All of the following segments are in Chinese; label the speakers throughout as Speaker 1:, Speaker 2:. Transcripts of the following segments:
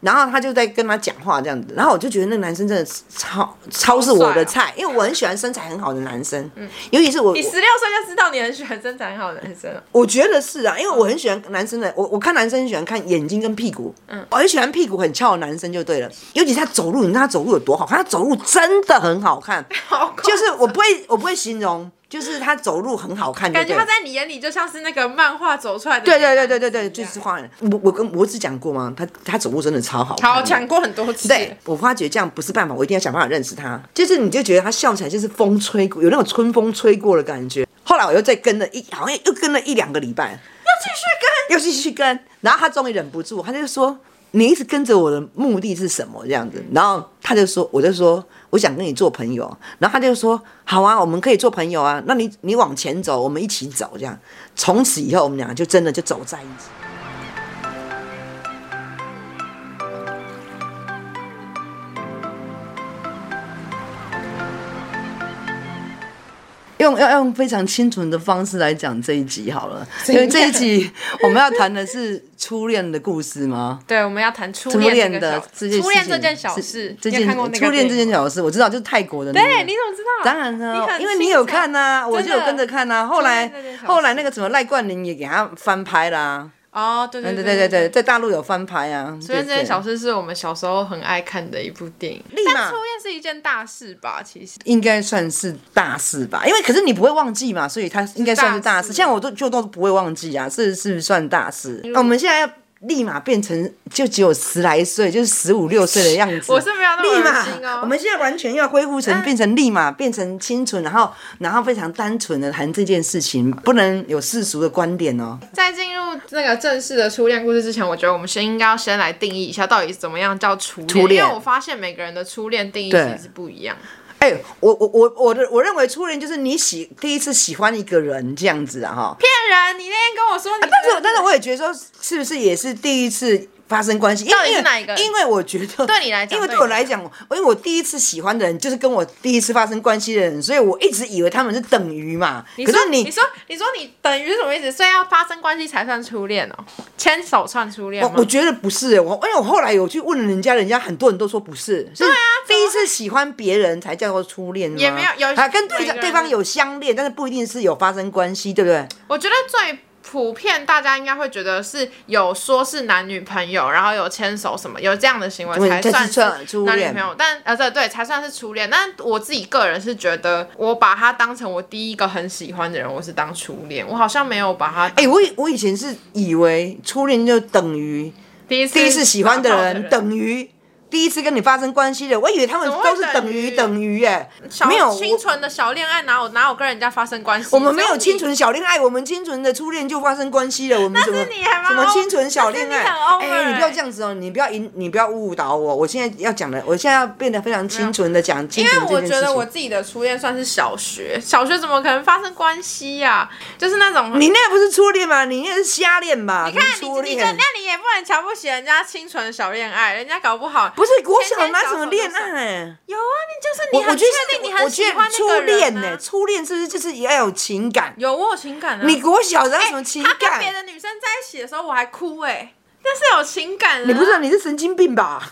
Speaker 1: 然后他就在跟他讲话这样子，然后我就觉得那个男生真的超超是我的菜，因为我很喜欢身材很好的男生，
Speaker 2: 嗯
Speaker 1: 尤其是我
Speaker 2: 你十六岁就知道你很喜欢身材好的男生了，
Speaker 1: 我觉得是啊，因为我很喜欢男生的，我我看男生很喜欢看眼睛跟屁股，嗯，我很喜欢屁股很翘的男生就对了，尤其他走路，你知道他走路有多好看，他走路真的很好看，
Speaker 2: 好夸张
Speaker 1: 就是我不会我不会形容，就是他走路很好看就
Speaker 2: 感
Speaker 1: 对
Speaker 2: 觉
Speaker 1: 了，
Speaker 2: 他在你眼里就像是那个漫画走出来的。
Speaker 1: 对对对对对对，就是画人。我我跟我只讲过吗？他他走路真的超好看的，
Speaker 2: 好讲过很多
Speaker 1: 嗯
Speaker 2: 次。
Speaker 1: 对，我发觉这样不是办法，我一定要想办法认识他。就是你就觉得他笑起来就是风吹过，有那种春风吹过的感觉。后来我又再跟了一，好像又跟了一两个礼拜，又继续跟，又继续跟。然后他终于忍不住，他就说：“你一直跟着我的目的是什么？”这样子，然后他就说：“我就说我想跟你做朋友。”然后他就说：“好啊，我们可以做朋友啊。那你你往前走，我们一起走。”这样，从此以后我们两个就真的就走在一起。用要用非常清纯的方式来讲这一集好了，因为这一集我们要谈的是初恋的故事吗？
Speaker 2: 对，我们要谈 初
Speaker 1: 初
Speaker 2: 恋
Speaker 1: 恋
Speaker 2: 这
Speaker 1: 的
Speaker 2: 个小
Speaker 1: 这件
Speaker 2: 初恋
Speaker 1: 事
Speaker 2: 这
Speaker 1: 情
Speaker 2: 件小
Speaker 1: 是
Speaker 2: 事，
Speaker 1: 这
Speaker 2: 你有
Speaker 1: 件
Speaker 2: 看过那个
Speaker 1: 初恋这
Speaker 2: 电
Speaker 1: 件
Speaker 2: 影吗
Speaker 1: 小事，我知道，就是泰国的那
Speaker 2: 对，
Speaker 1: 个。
Speaker 2: 你怎么知道？
Speaker 1: 当然了
Speaker 2: 你，很
Speaker 1: 因为你
Speaker 2: 清
Speaker 1: 有
Speaker 2: 楚啊
Speaker 1: 看啊呐、我
Speaker 2: 真
Speaker 1: 就有
Speaker 2: 的
Speaker 1: 跟着看啊呐、后来
Speaker 2: 初恋这件小事
Speaker 1: 后来那个什么赖冠霖也给他翻拍啦，
Speaker 2: 哦，对对
Speaker 1: 嗯对
Speaker 2: 对
Speaker 1: 对对对，。在大陆有翻拍啊。
Speaker 2: 初恋这件
Speaker 1: 对
Speaker 2: 小事是我们小时候很爱看的一部电影，
Speaker 1: 立
Speaker 2: 但
Speaker 1: 马啊
Speaker 2: 初恋是一件大事吧？其实
Speaker 1: 应该算是大事吧，因为可是你不会忘记嘛，所以它应该算是大
Speaker 2: 大事嗯
Speaker 1: 事。像我都就都不会忘记啊，这是不是算大事？那我们现在要立马变成就只有十来岁，就是十五六岁的样子。啊
Speaker 2: 我是没有那么
Speaker 1: 立
Speaker 2: 恶心
Speaker 1: 马，
Speaker 2: 哦嗯
Speaker 1: 我。们现在完全要恢复成变成立马，变成清纯，然后然后非常单纯的谈这件事情，不能有世俗的观点哦。
Speaker 2: 在进入那个正式的初恋故事之前，我觉得我们先应该要先来定义一下，到底怎么样叫初恋？
Speaker 1: 初恋
Speaker 2: 因为我发现每个人的初恋定义
Speaker 1: 对
Speaker 2: 其实不一样。
Speaker 1: 哎、我我我我的我认为初恋就是你喜第一次喜欢一个人这样子啊哈。
Speaker 2: 骗人！你那天跟我说你，
Speaker 1: 啊但是但是我也觉得说，是不是也是第一次发生关系？因为
Speaker 2: 到底是哪一个
Speaker 1: 因为因为我觉得
Speaker 2: 对你来讲
Speaker 1: 因为
Speaker 2: 对
Speaker 1: 对我
Speaker 2: 你来
Speaker 1: 来讲，因为我第一次喜欢的人就是跟我第一次发生关系的人，所以我一直以为他们是等于嘛。
Speaker 2: 你
Speaker 1: 可
Speaker 2: 说
Speaker 1: 是
Speaker 2: 你说你说你等于是什么意思？所以要发生关系才算初恋哦，牵手算初恋
Speaker 1: 我
Speaker 2: 吗
Speaker 1: 我？觉得不是、欸，我因为我后来有去问人家，人家很多人都说不是，对啊，第一次喜欢别人才叫做初恋吗，
Speaker 2: 也没有有
Speaker 1: 啊，跟对
Speaker 2: 每个
Speaker 1: 象
Speaker 2: 人
Speaker 1: 对方有相恋，但是不一定是有发生关系，对不对？
Speaker 2: 我觉得最普遍，大家应该会觉得是有说是男女朋友，然后有牵手什么，有这样的行为
Speaker 1: 对
Speaker 2: 才
Speaker 1: 这是
Speaker 2: 算
Speaker 1: 算
Speaker 2: 是
Speaker 1: 初
Speaker 2: 男
Speaker 1: 恋
Speaker 2: 女朋友。但呃，对对，才算是初恋。但我自己个人是觉得，我把他当成我第一个很喜欢的人，我是当初恋，我好像没有把他
Speaker 1: 哎、我以我以前是以为初恋就等于
Speaker 2: 第一次
Speaker 1: 第一次喜欢的人
Speaker 2: 等。
Speaker 1: 等于第一次跟你发生关系的，我以为他们
Speaker 2: 怎么会
Speaker 1: 都是等于
Speaker 2: 等
Speaker 1: 等于哎、
Speaker 2: 小
Speaker 1: 没有
Speaker 2: 清
Speaker 1: 我
Speaker 2: 纯的小恋爱，哪有哪有跟人家发生关系？
Speaker 1: 我们没
Speaker 2: 只
Speaker 1: 有
Speaker 2: 你
Speaker 1: 清纯小恋爱，我们清纯的初恋就发生关系了，我们
Speaker 2: 但
Speaker 1: 怎么
Speaker 2: 是你还蛮
Speaker 1: 什么
Speaker 2: over-
Speaker 1: 清纯小恋爱
Speaker 2: 但是你很？over 欸
Speaker 1: 你不要这样子哦，你不要引，你不要误导我，我现在要讲的，我现在要变得非常清纯的讲清
Speaker 2: 因为
Speaker 1: 纯这
Speaker 2: 我
Speaker 1: 件
Speaker 2: 觉
Speaker 1: 事
Speaker 2: 得我
Speaker 1: 情。
Speaker 2: 自己的初恋算是小学，小学怎么可能发生关系呀、就是那种
Speaker 1: 你那不是初恋吗？你那是瞎恋吧？你
Speaker 2: 看你
Speaker 1: 初
Speaker 2: 你就
Speaker 1: 恋
Speaker 2: 那你也不能瞧不起人家清纯的小恋爱，人家搞不好
Speaker 1: 不是国小
Speaker 2: 牵牵
Speaker 1: 拿
Speaker 2: 小
Speaker 1: 什么
Speaker 2: 手
Speaker 1: 恋
Speaker 2: 就算
Speaker 1: 爱？
Speaker 2: 有啊，你就是
Speaker 1: 我
Speaker 2: 你
Speaker 1: 我
Speaker 2: 很
Speaker 1: 觉
Speaker 2: 确
Speaker 1: 得
Speaker 2: 定
Speaker 1: 是
Speaker 2: 你
Speaker 1: 我
Speaker 2: 很
Speaker 1: 觉
Speaker 2: 喜
Speaker 1: 得
Speaker 2: 欢
Speaker 1: 初恋呢、
Speaker 2: 呢、
Speaker 1: 初恋是不是就是也要有情感？
Speaker 2: 啊有我有情感啊，
Speaker 1: 你国小哪有什么
Speaker 2: 哎
Speaker 1: 情
Speaker 2: 他跟
Speaker 1: 感？
Speaker 2: 别的女生在一起的时候我还哭哎、但是有情感啊！
Speaker 1: 你 不知道你是神经病吧？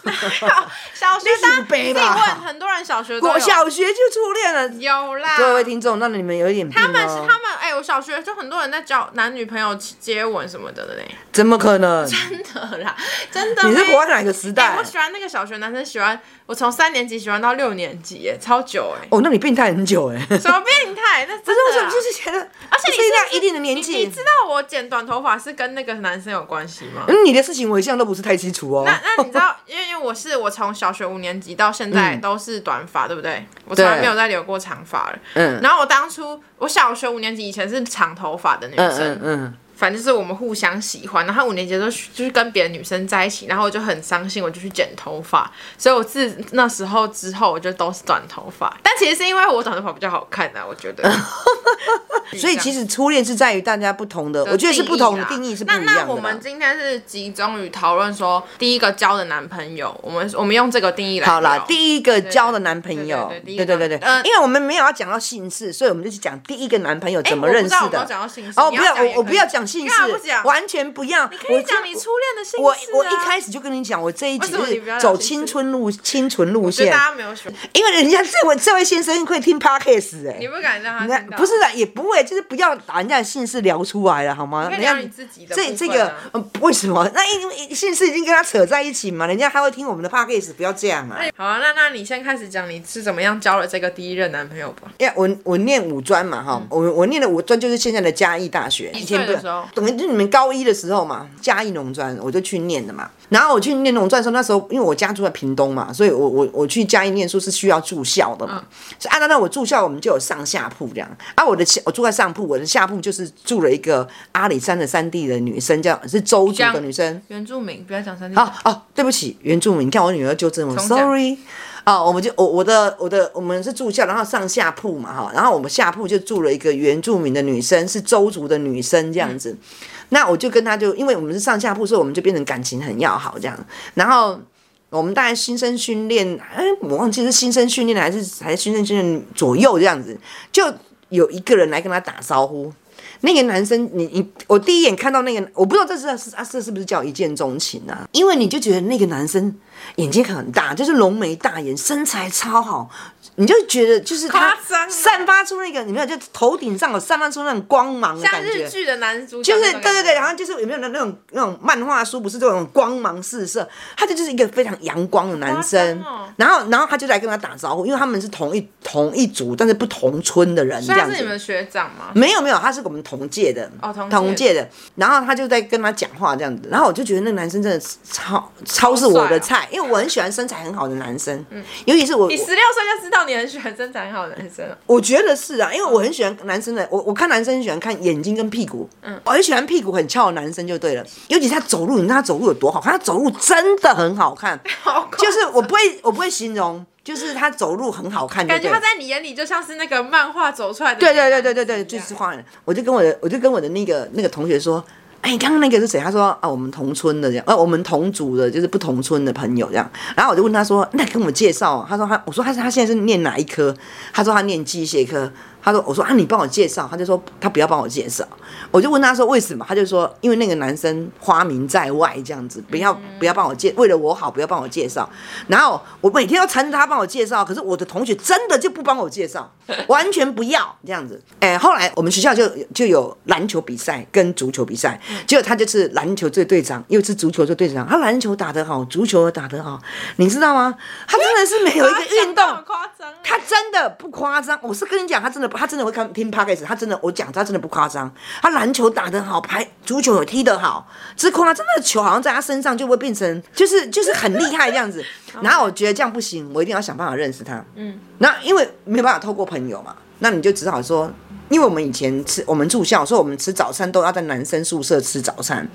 Speaker 2: 小学
Speaker 1: 历史
Speaker 2: 大家
Speaker 1: 不背吧
Speaker 2: 自己问很多人小学都有
Speaker 1: 我小学就初恋了。
Speaker 2: 有啦，
Speaker 1: 各位听众，那你们有一点病
Speaker 2: 哦他们是
Speaker 1: 哦
Speaker 2: 他们，哎、我小学就很多人在交男女朋友接吻什么的嘞，
Speaker 1: 怎么可能？
Speaker 2: 真的啦，真的。
Speaker 1: 你是
Speaker 2: 没
Speaker 1: 活在哪个时
Speaker 2: 哎、
Speaker 1: 代
Speaker 2: 我？喜欢那个小学男生，喜欢我从三年级喜欢到六年级，耶，超久哎、
Speaker 1: 哦，那你病态很久哎。
Speaker 2: 什么变态？那
Speaker 1: 不
Speaker 2: 真
Speaker 1: 是，我
Speaker 2: 的
Speaker 1: 怎
Speaker 2: 啦
Speaker 1: 么就是觉得，
Speaker 2: 而且你
Speaker 1: 现
Speaker 2: 是
Speaker 1: 在一定的年
Speaker 2: 你，
Speaker 1: 纪
Speaker 2: 你，知道我剪短头发是跟那个男生有关系吗？
Speaker 1: 嗯，你的事情我一向都不是太清楚哦。
Speaker 2: 那那你知道，因为因为我是我从小学五年级到现在
Speaker 1: 嗯
Speaker 2: 都是短发，对不对？我从来
Speaker 1: 对
Speaker 2: 没有再留过长发了。
Speaker 1: 嗯
Speaker 2: 然后我当初我小学五年级以前是长头发的女生，
Speaker 1: 嗯嗯嗯，
Speaker 2: 反正就是我们互相喜欢，然后五年级的时候就是跟别的女生在一起，然后我就很伤心，我就去剪头发，所以我自那时候之后我就都是短头发，但其实是因为我短头发比较好看啊，我觉得，
Speaker 1: 所以其实初恋是在于大家不同的，我觉得是不同的定义是不一样的
Speaker 2: 那
Speaker 1: 啦。
Speaker 2: 那我们今天是集中于讨论说第一个交的男朋友，我们我们用这个定义来
Speaker 1: 好啦，
Speaker 2: 聊
Speaker 1: 第一个交的男朋友，
Speaker 2: 对
Speaker 1: 对
Speaker 2: 对
Speaker 1: 对
Speaker 2: 对
Speaker 1: 对
Speaker 2: 第
Speaker 1: 对，
Speaker 2: 一个呃
Speaker 1: 因为我们没有要讲到姓氏，所以我们就去讲第一个男朋友
Speaker 2: 哎
Speaker 1: 怎么认识
Speaker 2: 我不知道
Speaker 1: 的
Speaker 2: 我们有。讲到姓氏
Speaker 1: 哦，
Speaker 2: 你
Speaker 1: 不要，
Speaker 2: 讲也
Speaker 1: 我我
Speaker 2: 可以
Speaker 1: 不要讲姓氏
Speaker 2: 你干嘛不讲，
Speaker 1: 完全不要。
Speaker 2: 可以
Speaker 1: 我
Speaker 2: 讲你初恋的姓
Speaker 1: 我
Speaker 2: 氏、啊、
Speaker 1: 我一开始就跟你讲，我这一集
Speaker 2: 为什么
Speaker 1: 就
Speaker 2: 你
Speaker 1: 是
Speaker 2: 不要讲
Speaker 1: 走
Speaker 2: 姓氏
Speaker 1: 青春路清纯路
Speaker 2: 就
Speaker 1: 线，
Speaker 2: 大家没有选，
Speaker 1: 因为人家这位这位先生会听 podcast 哎、
Speaker 2: 你不敢让他
Speaker 1: 那
Speaker 2: 听到，
Speaker 1: 不是啊，也不会，就是不要把人家的姓氏聊出来了，好吗？
Speaker 2: 你可
Speaker 1: 人
Speaker 2: 以
Speaker 1: 家
Speaker 2: 聊你自己的部分
Speaker 1: 这
Speaker 2: 啊
Speaker 1: 这个、嗯为什么？那因为姓氏已经跟他扯在一起嘛，人家还会听我们的 podcast，不要这样啊！
Speaker 2: 哎。好啊，那那你先开始讲你是怎么样交了这个第一任男朋友吧。
Speaker 1: 因为我我念五专嘛哈，我我念的五专就是现在的嘉义大学，
Speaker 2: 几
Speaker 1: 以
Speaker 2: 岁
Speaker 1: 前
Speaker 2: 嗯哎的
Speaker 1: 不
Speaker 2: 时候
Speaker 1: 等于就是你们高一的时候嘛，嘉义农专我就去念的嘛。然后我去念农专的时候，那时候因为我家住在屏东嘛，所以我我我去嘉义念书是需要住校的
Speaker 2: 嗯
Speaker 1: 嘛。所以啊按照那我住校，我们就有上下铺这样。啊，我的下我住在上铺，我的下铺就是住了一个阿里山的山地的女生，叫是周族的女生。
Speaker 2: 原住民，不要讲三地。
Speaker 1: 啊哦，对不起，原住民，你看我女儿纠正我
Speaker 2: 重讲
Speaker 1: ，sorry。啊，我们就我我的我的我们是住校，然后上下铺嘛哈，然后我们下铺就住了一个原住民的女生，是周族的女生这样子。那我就跟她就，因为我们是上下铺，所以我们就变成感情很要好这样。然后我们大概新生训练，哎，我忘记是新生训练还是还是新生训练左右这样子，就有一个人来跟他打招呼。那个男生，你你我第一眼看到那个，我不知道这是是啊，这是不是叫一见钟情啊？因为你就觉得那个男生眼睛很大，就是浓眉大眼，身材超好，你就觉得就是他
Speaker 2: 夸张啊
Speaker 1: 散发出那个，你没有就头顶上有散发出那种光芒的
Speaker 2: 像
Speaker 1: 感
Speaker 2: 日
Speaker 1: 觉。
Speaker 2: 剧的男主角
Speaker 1: 就
Speaker 2: 那
Speaker 1: 是
Speaker 2: 种感觉，
Speaker 1: 对对对，然后就是有没有那那种那种漫画书，不是这种光芒四射，他就就是一个非常阳光的男生
Speaker 2: 夸张哦，
Speaker 1: 然后然后他就来跟他打招呼，因为他们是同一同一组，但是不同村的人这
Speaker 2: 所以他
Speaker 1: 样
Speaker 2: 是你
Speaker 1: 子。
Speaker 2: 们的学长吗？
Speaker 1: 没有没有，他是我们同届的
Speaker 2: 哦同届
Speaker 1: 届的，然后他就在跟他讲话这样子，然后我就觉得那个男生真的是超超是我的菜，因为我很喜欢身材很好的男生，尤其是我
Speaker 2: 哦嗯你
Speaker 1: 我
Speaker 2: 十六岁就知道你很喜欢身材好的男生了，
Speaker 1: 我觉得是啊，因为
Speaker 2: 嗯
Speaker 1: 我很喜欢男生的，我我看男生很喜欢看眼睛跟屁股，嗯，我很喜欢屁股很翘的男生就对了，尤其是他走路，你知道他走路有多好看，他走路真的很好看，
Speaker 2: 好快
Speaker 1: 就是我不会我不会形容，就是他走路很好看就
Speaker 2: 感觉
Speaker 1: 对
Speaker 2: 他
Speaker 1: 了。
Speaker 2: 在你眼里就像是那个漫画走出来的
Speaker 1: 对
Speaker 2: 那个
Speaker 1: 对对
Speaker 2: 男生一样。
Speaker 1: 对对对，就是画人。我就跟我的，我就跟我的那个那个同学说，哎，刚刚那个是谁？他说啊，我们同村的这样，呃、我们同组的，就是不同村的朋友这样。然后我就问他说，那跟我介绍、啊？他说他，我说他他现在是念哪一科？他说他念机械科。他说我说啊，你帮我介绍。他就说他不要帮我介绍。我就问他说为什么？他就说因为那个男生花名在外这样子，不要
Speaker 2: 嗯
Speaker 1: 不要帮我介，为了我好不要帮我介绍。然后我每天都缠着他帮我介绍，可是我的同学真的就不帮我介 绍，完全不要这样子。哎，后来我们学校就就有篮球比赛跟足球比赛，
Speaker 2: 嗯
Speaker 1: 结果他就是篮球队队长，又是足球队队长。他篮球打得好，足球也打得好，你知道吗？他真的是没有一
Speaker 2: 哇
Speaker 1: 个
Speaker 2: 讲
Speaker 1: 运
Speaker 2: 到
Speaker 1: 动
Speaker 2: 很。夸张啊。
Speaker 1: 他真的不夸张，我是跟你讲，他真的他真的会看听 podcast，他真的我讲他真的不夸张，他篮球打得好，排足球也踢得好，只夸张那个球好像在他身上就会变成就是就是很厉害这样子。然后我觉得这样不行，我一定要想办法认识他。嗯，那因为没有办法透过朋友嘛，那你就只好说。因为我们以前吃，我们住校，所以我们吃早餐都要在男生宿舍吃早餐。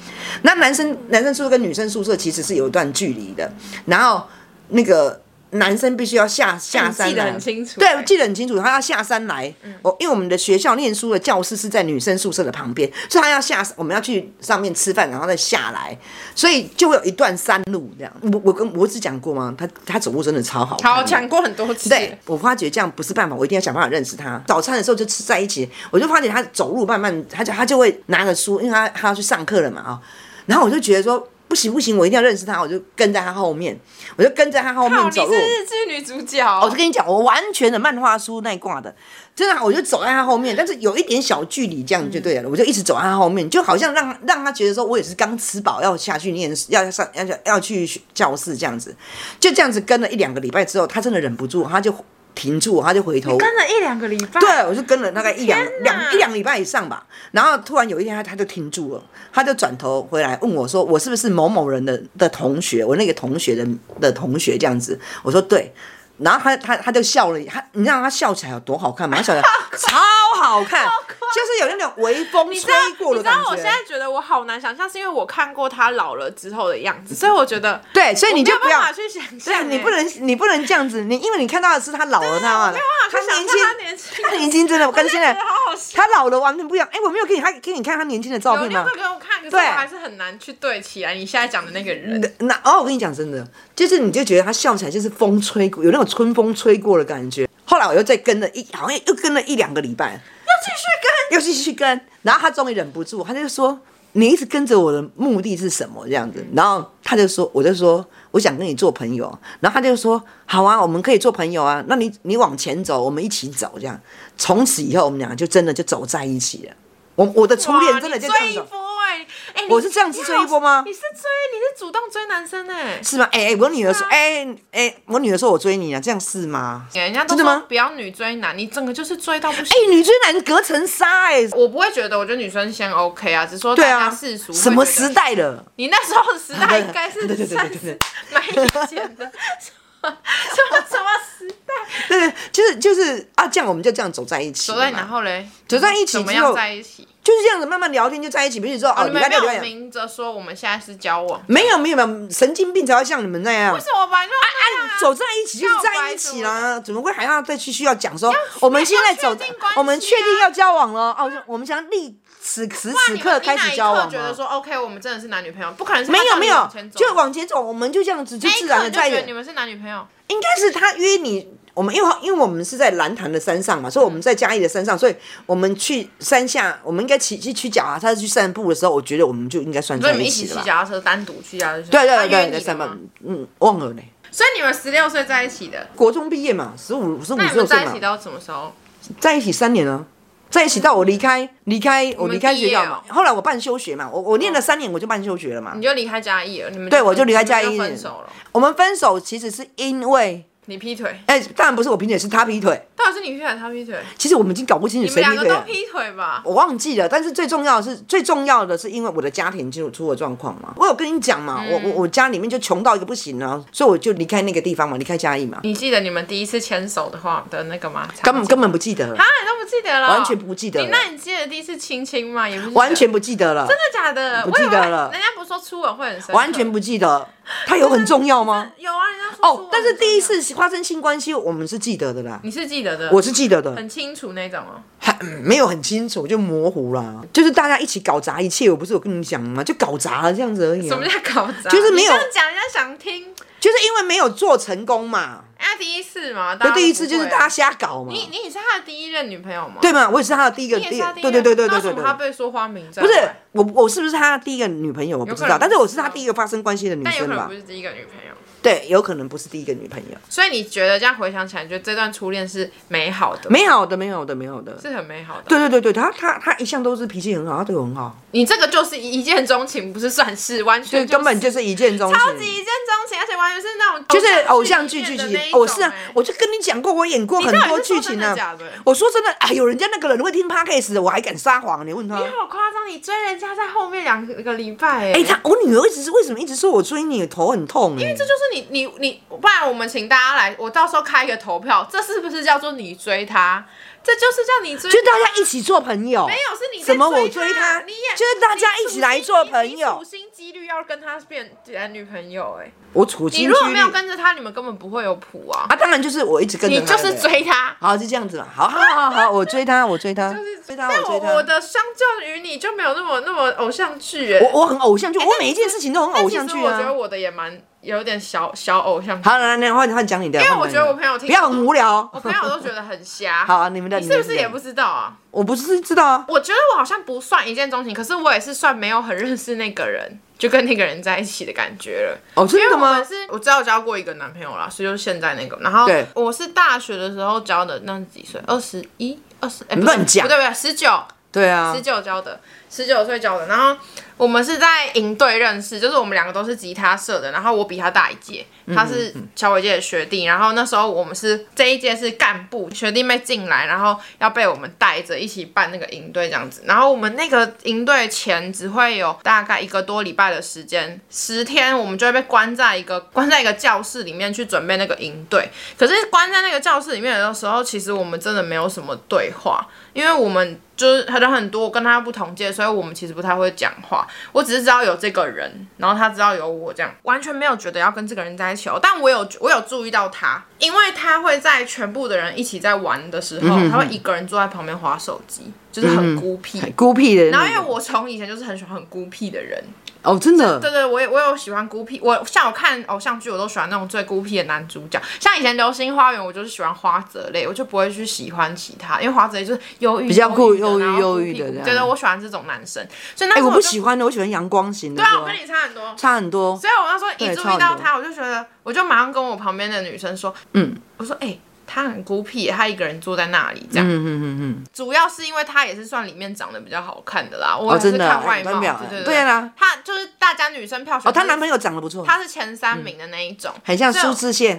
Speaker 1: 那男生男生宿舍跟女生宿舍其实是有一段距离的，然后那个男生必须要下下山
Speaker 2: 你嗯记得
Speaker 1: 来
Speaker 2: 很清楚
Speaker 1: 对，
Speaker 2: 欸嗯
Speaker 1: 记得很清楚，他要下山来。我因为我们的学校念书的教室是在女生宿舍的旁边，所以他要下山，我们要去上面吃饭，然后再下来，所以就会有一段山路这样。我我跟我只讲过吗？他他走路真的超好看的，
Speaker 2: 好，讲过很多次。
Speaker 1: 对，我发觉这样不是办法，我一定要想办法认识他。早餐的时候就吃在一起，我就发觉他走路慢慢，他就他就会拿着书，因为他他要去上课了嘛啊、然后我就觉得说不行不行，我一定要认识他，我就跟在他后面，我就跟在他后
Speaker 2: 靠，
Speaker 1: 面
Speaker 2: 你
Speaker 1: 走路哦
Speaker 2: 是。日剧女主角。
Speaker 1: 我就跟你讲，我完全的漫画书那一挂的，真的，我就走在他后面，但是有一点小距离，这样就对了。我就一直走在他后面，就好像让让他觉得说我也是刚吃饱要下去念，要上要要要去教室这样子，就这样子跟了一两个礼拜之后，他真的忍不住，他就停住，他就回头。
Speaker 2: 跟了一两个礼拜。
Speaker 1: 对，我就跟了大概一两
Speaker 2: 天哪
Speaker 1: 两一两礼拜以上吧，然后突然有一天他他就停住了，他就转头回来问我说：“我是不是某某人的的同学？我那个同学的的同学这样子？” 我说：“对。”然后他他他就笑了，他你知道他笑起来有多好看吗？他笑起来超好看，就是有那种微风
Speaker 2: 你知
Speaker 1: 吹
Speaker 2: 道，
Speaker 1: 过
Speaker 2: 你
Speaker 1: 的
Speaker 2: 知
Speaker 1: 感
Speaker 2: 道
Speaker 1: 觉。
Speaker 2: 我现在觉得我好难想象，是因为我看过他老了之后的样子，所以我觉得
Speaker 1: 对，所以你就
Speaker 2: 我没
Speaker 1: 不
Speaker 2: 有
Speaker 1: 要
Speaker 2: 办法去想欸
Speaker 1: 对，
Speaker 2: 象，
Speaker 1: 你不能，你不能这样子，你因为你看到的是他老了，他嘛
Speaker 2: 没有办法去想
Speaker 1: 年
Speaker 2: 象
Speaker 1: 轻，
Speaker 2: 他年轻，
Speaker 1: 他年轻真的跟现在
Speaker 2: 我真的觉得好好笑
Speaker 1: 他老了完全不一样。哎，我没有给你他给你看他年轻的照
Speaker 2: 有
Speaker 1: 片
Speaker 2: 你有
Speaker 1: 吗
Speaker 2: 没有？给我看？可是
Speaker 1: 对
Speaker 2: 我还是很难去对起来你现在讲的那个人。
Speaker 1: 那哦，我跟你讲真的，就是你就觉得他笑起来就是风吹过，有那种春风吹过的感觉。后来我又再跟了一，好像又跟了一两个礼拜，
Speaker 2: 要继续跟，
Speaker 1: 又继续跟，然后他终于忍不住，他就说：“你一直跟着我的目的是什么？”这样子，然后他就说：“我就说我想跟你做朋友。”然后他就说：“好啊，我们可以做朋友啊，那你你往前走，我们一起走。”这样，从此以后我们俩就真的就走在一起了。我我的初恋真的就
Speaker 2: 哇
Speaker 1: 这样
Speaker 2: 你追一
Speaker 1: 子。
Speaker 2: 波哎、哎，你
Speaker 1: 我是这样子追一波吗
Speaker 2: 你好你是追，你是主动追男生哎、
Speaker 1: 是吗？哎、哎我女儿说，
Speaker 2: 对啊
Speaker 1: 哎哎、我女儿说我追你啊，这样是吗？
Speaker 2: 人家都
Speaker 1: 真的
Speaker 2: 说
Speaker 1: 吗
Speaker 2: 不要女追男，你整个就是追到不行。
Speaker 1: 哎、女追男隔层纱、哎，
Speaker 2: 我不会觉得，我觉得女生先 OK 啊，只是说大
Speaker 1: 对
Speaker 2: 家
Speaker 1: 啊，
Speaker 2: 世俗、
Speaker 1: 什么时？代了？
Speaker 2: 你那时候的时代应该是
Speaker 1: 对对对
Speaker 2: 三
Speaker 1: 对对
Speaker 2: 十
Speaker 1: 对
Speaker 2: 蛮以前的，什么什么什么时代？
Speaker 1: 对对，就是就是啊，这样我们就这样走在一起了
Speaker 2: 走
Speaker 1: 嘛。
Speaker 2: 在然后嘞，
Speaker 1: 走在一起
Speaker 2: 怎么
Speaker 1: 之后
Speaker 2: 样在一起？
Speaker 1: 就是这样子慢慢聊天就在一起，比如说哦，
Speaker 2: 啊你
Speaker 1: 礼
Speaker 2: 们
Speaker 1: 拜
Speaker 2: 没
Speaker 1: 六礼拜
Speaker 2: 有
Speaker 1: 天
Speaker 2: 明着说我们现在是交往，
Speaker 1: 没有没有没有，神经病才要像你们那样
Speaker 2: 为。什么吧？就啊
Speaker 1: 走在一起就是在一起啦，怎么会还要再去需要讲说我们现在走
Speaker 2: 要确定关系啊，
Speaker 1: 我们确定要交往了哦，就我们想立此此此刻开始交往
Speaker 2: 觉
Speaker 1: 吗
Speaker 2: 得？说 OK，我们真的是男女朋友，不可能是
Speaker 1: 没有没有
Speaker 2: 他叫你往前，走
Speaker 1: 就往前走，我们就这样子就
Speaker 2: 那一
Speaker 1: 自然
Speaker 2: 刻
Speaker 1: 的
Speaker 2: 你就觉
Speaker 1: 在一
Speaker 2: 得
Speaker 1: 起
Speaker 2: 你。们是男女朋友，
Speaker 1: 应该是他约你，我们因为因为我们是在蓝潭的山上嘛，所以
Speaker 2: 嗯
Speaker 1: 我们在嘉义的山上，所以我们去山下，我们应该骑去去脚啊，他去散步的时候，我觉得我们就应该算
Speaker 2: 所以
Speaker 1: 在
Speaker 2: 你们一起
Speaker 1: 起
Speaker 2: 骑
Speaker 1: 的吧。
Speaker 2: 脚踏车，单独去脚踏车，
Speaker 1: 对对
Speaker 2: 他约
Speaker 1: 对
Speaker 2: 你
Speaker 1: 对，
Speaker 2: 的
Speaker 1: 三
Speaker 2: 吗
Speaker 1: 班，嗯，忘了呢。
Speaker 2: 所以你们十六岁在一起的，
Speaker 1: 国中毕业嘛，十五十五
Speaker 2: 那你
Speaker 1: 十六
Speaker 2: 们
Speaker 1: 岁
Speaker 2: 在一
Speaker 1: 嘛
Speaker 2: 起，到什么时候？
Speaker 1: 在一起三年啊，在一起到我离开离开我离开
Speaker 2: 毕业
Speaker 1: 学校嘛
Speaker 2: 哦，
Speaker 1: 后来我办休学嘛，我我念了三年我就办休学了嘛
Speaker 2: 你。就离开嘉义了，你们
Speaker 1: 对我就离开嘉义
Speaker 2: 你们就分手了，
Speaker 1: 我们分手其实是因为，
Speaker 2: 你劈腿，
Speaker 1: 哎、当然不是我劈腿，是他劈腿。
Speaker 2: 到底是你劈腿还是他劈腿？
Speaker 1: 其实我们已经搞不清楚
Speaker 2: 你们
Speaker 1: 谁
Speaker 2: 两
Speaker 1: 劈
Speaker 2: 个
Speaker 1: 腿啊
Speaker 2: 都
Speaker 1: 了。
Speaker 2: 劈腿吧？
Speaker 1: 我忘记了，但是最重要的是，最重要的是因为我的家庭就出了状况嘛。我有跟你讲
Speaker 2: 嗯
Speaker 1: 嘛，我我我家里面就穷到一个不行啊，所以我就离开那个地方嘛，离开嘉义嘛，
Speaker 2: 你记得你们第一次牵手的话的那个吗？
Speaker 1: 根本根本不记得了
Speaker 2: 啊，，你都不记得了，
Speaker 1: 完全不记得
Speaker 2: 你
Speaker 1: 了，
Speaker 2: 那你记得第一次亲亲吗？也不是
Speaker 1: 完全不记得了，
Speaker 2: 真的假的？
Speaker 1: 不记得了
Speaker 2: 我以为人家不是说初吻会很深刻，
Speaker 1: 完全不记得。它有很重要吗？
Speaker 2: 有啊，人家说初吻
Speaker 1: 哦
Speaker 2: 很，
Speaker 1: 但是第一
Speaker 2: 重要
Speaker 1: 次发生性关系，我们是记得的啦。
Speaker 2: 你是记得的，
Speaker 1: 我是记得的，
Speaker 2: 很清楚那种哦。
Speaker 1: 还嗯没有很清楚，就模糊啦。就是大家一起搞砸一切，我不是有跟你讲吗？就搞砸了这样子而已、
Speaker 2: 什
Speaker 1: 啊
Speaker 2: 么，叫搞砸？
Speaker 1: 就是没有
Speaker 2: 你这样讲，人家想听。
Speaker 1: 就是因为没有做成功嘛。
Speaker 2: 人家第一次嘛，大
Speaker 1: 就
Speaker 2: 家都
Speaker 1: 第一次就是
Speaker 2: 不会
Speaker 1: 大
Speaker 2: 啊
Speaker 1: 家瞎搞嘛。
Speaker 2: 你你也是他的第一任女朋友吗？，
Speaker 1: 对嘛？我也是他的第一个，
Speaker 2: 你也
Speaker 1: 第
Speaker 2: 是他的第一
Speaker 1: 对
Speaker 2: 任
Speaker 1: 对对对
Speaker 2: 那
Speaker 1: 对
Speaker 2: 为
Speaker 1: 对
Speaker 2: 什么他
Speaker 1: 对。
Speaker 2: 被说花名在
Speaker 1: 不
Speaker 2: 外？
Speaker 1: 是我，我是不是他第一个女朋友？我不知
Speaker 2: 有可
Speaker 1: 道，
Speaker 2: 能
Speaker 1: 但是我是他第一个发生关系的女
Speaker 2: 但有
Speaker 1: 生
Speaker 2: 可能
Speaker 1: 吧
Speaker 2: 不？是第一个女朋友。
Speaker 1: 对，有可能不是第一个女朋友。
Speaker 2: 所以你觉得这样回想起来，你觉得这段初恋是美好的，
Speaker 1: 没有的，没有的，没有的。
Speaker 2: 是很美好的。
Speaker 1: 对对对对，他他他一向都是脾气很好，他对我很好，
Speaker 2: 你这个就是一见钟情，不是算是完
Speaker 1: 所以
Speaker 2: 全
Speaker 1: 根本
Speaker 2: 就
Speaker 1: 就是是一见钟
Speaker 2: 超级
Speaker 1: 情，
Speaker 2: 一见钟情，而且完全是那种
Speaker 1: 就是偶像剧
Speaker 2: 剧
Speaker 1: 剧
Speaker 2: 里
Speaker 1: 情
Speaker 2: 面的那一。种
Speaker 1: 我是啊
Speaker 2: 哎，
Speaker 1: 我就跟你讲过，我演过
Speaker 2: 你
Speaker 1: 很
Speaker 2: 到底
Speaker 1: 多
Speaker 2: 是说
Speaker 1: 剧情
Speaker 2: 真的
Speaker 1: 啊。
Speaker 2: 假的？
Speaker 1: 我说真的，哎呦，人家那个人会听 podcast，我还敢撒谎？你问他
Speaker 2: 你。好夸张，你追人家在后面两个礼拜哎、
Speaker 1: 哎，他我女儿一直是为什么一直说我追你，头很痛？欸因为
Speaker 2: 这就是你你你，不然我们请大家来，我到时候开一个投票，这是不是叫做你追他？这就是叫你追他，
Speaker 1: 就大家一起做朋友。
Speaker 2: 没有是你在
Speaker 1: 什么我
Speaker 2: 追
Speaker 1: 追他
Speaker 2: 你也
Speaker 1: 就是大家一起来做朋友
Speaker 2: 五星几率要跟他变男女朋友哎、
Speaker 1: 我处
Speaker 2: 你
Speaker 1: 心积
Speaker 2: 如果没有
Speaker 1: 虑
Speaker 2: 跟着他，你们根本不会有谱啊，
Speaker 1: 啊，当然就是我一直跟着
Speaker 2: 你就
Speaker 1: 他
Speaker 2: 是
Speaker 1: 的
Speaker 2: 追他。
Speaker 1: 好，就这样子嘛。好好好好，我追他，我追他，啊追他，
Speaker 2: 但
Speaker 1: 追他。
Speaker 2: 我我的相较于你就没有那么那么偶像剧哎、
Speaker 1: 我我很偶像剧，我每一件事情都很
Speaker 2: 但
Speaker 1: 偶
Speaker 2: 其
Speaker 1: 像
Speaker 2: 实
Speaker 1: 剧
Speaker 2: 我觉得
Speaker 1: 啊。
Speaker 2: 我的也蛮有点小小偶像剧，
Speaker 1: 好，来来，换换讲你的，因
Speaker 2: 因为我觉得我朋友听
Speaker 1: 不要很无聊哦。
Speaker 2: 我朋友都觉得很 瞎。
Speaker 1: 好，你们的
Speaker 2: 你是不
Speaker 1: 们
Speaker 2: 是
Speaker 1: 的
Speaker 2: 也不知道啊？
Speaker 1: 我不是知道啊。
Speaker 2: 我觉得我好像不算一见钟情，可是我也是算没有很认识那个人，就跟那个人在一起的感觉了。
Speaker 1: 哦，真
Speaker 2: 因为
Speaker 1: 的
Speaker 2: 我们
Speaker 1: 吗？
Speaker 2: 是，我知道交过一个男朋友啦，所以就是现在那个。然后
Speaker 1: 对
Speaker 2: 我是大学的时候交的，那是几岁？二十一、二十？哎不对
Speaker 1: 乱讲
Speaker 2: 不对不对，十九，
Speaker 1: 对啊
Speaker 2: 十，九交的，十九岁交的，然后我们是在营队认识，就是我们两个都是吉他社的，然后我比他大一届，他是小伟姐的学弟，然后那时候我们是这一届是干部，学弟妹进来，然后要被我们带着一起办那个营队这样子，然后我们那个营队前只会有大概一个多礼拜的时间，十天我们就会被关在一个关在一个教室里面去准备那个营队，可是关在那个教室里面的时候，其实我们真的没有什么对话，因为我们就是人很多，我跟他不同届，所以我们其实不太会讲话。我只是知道有这个人，然后他知道有我，这样完全没有觉得要跟这个人在一起哦。但我有我有注意到他，因为他会在全部的人一起在玩的时候，他会一个人坐在旁边划手机，就是很孤僻。
Speaker 1: 很孤僻的那种。
Speaker 2: 然后因为我从以前就是很喜欢很孤僻的人，
Speaker 1: 哦，真的，
Speaker 2: 对对，我也我有喜欢孤僻，我像我看偶像剧，我都喜欢那种最孤僻的男主角。像以前《流星花园》，我就是喜欢花泽类，我就不会去喜欢其他，因为花泽类就是忧郁，比
Speaker 1: 较
Speaker 2: 酷
Speaker 1: 酷忧郁忧郁的这样
Speaker 2: 对对，我喜欢这种男生。所以那
Speaker 1: 哎、
Speaker 2: 时候
Speaker 1: 我
Speaker 2: 就
Speaker 1: 不喜欢的，我喜欢阳光型的。
Speaker 2: 对啊，
Speaker 1: 说
Speaker 2: 我跟你差很多。
Speaker 1: 差很多。
Speaker 2: 所以我那时候一
Speaker 1: 对
Speaker 2: 注
Speaker 1: 差
Speaker 2: 意
Speaker 1: 很
Speaker 2: 到
Speaker 1: 多
Speaker 2: 他，我就觉得，我就马上跟我旁边的女生说，
Speaker 1: 嗯，
Speaker 2: 我说，哎、他很孤僻，他一个人坐在那里这样。
Speaker 1: 嗯嗯嗯嗯，
Speaker 2: 主要是因为他也是算里面长得比较好看的啦，我
Speaker 1: 哦
Speaker 2: 还是
Speaker 1: 真的
Speaker 2: 看
Speaker 1: 哎
Speaker 2: 外
Speaker 1: 端
Speaker 2: 貌，
Speaker 1: 表
Speaker 2: 对对
Speaker 1: 哎
Speaker 2: 对
Speaker 1: 对啦
Speaker 2: 他就是大家女生票选
Speaker 1: 哦，她男
Speaker 2: 友
Speaker 1: 朋友长得不错，
Speaker 2: 他是前三名的那一种，
Speaker 1: 很像
Speaker 2: 所
Speaker 1: 苏
Speaker 2: 以
Speaker 1: 志燮，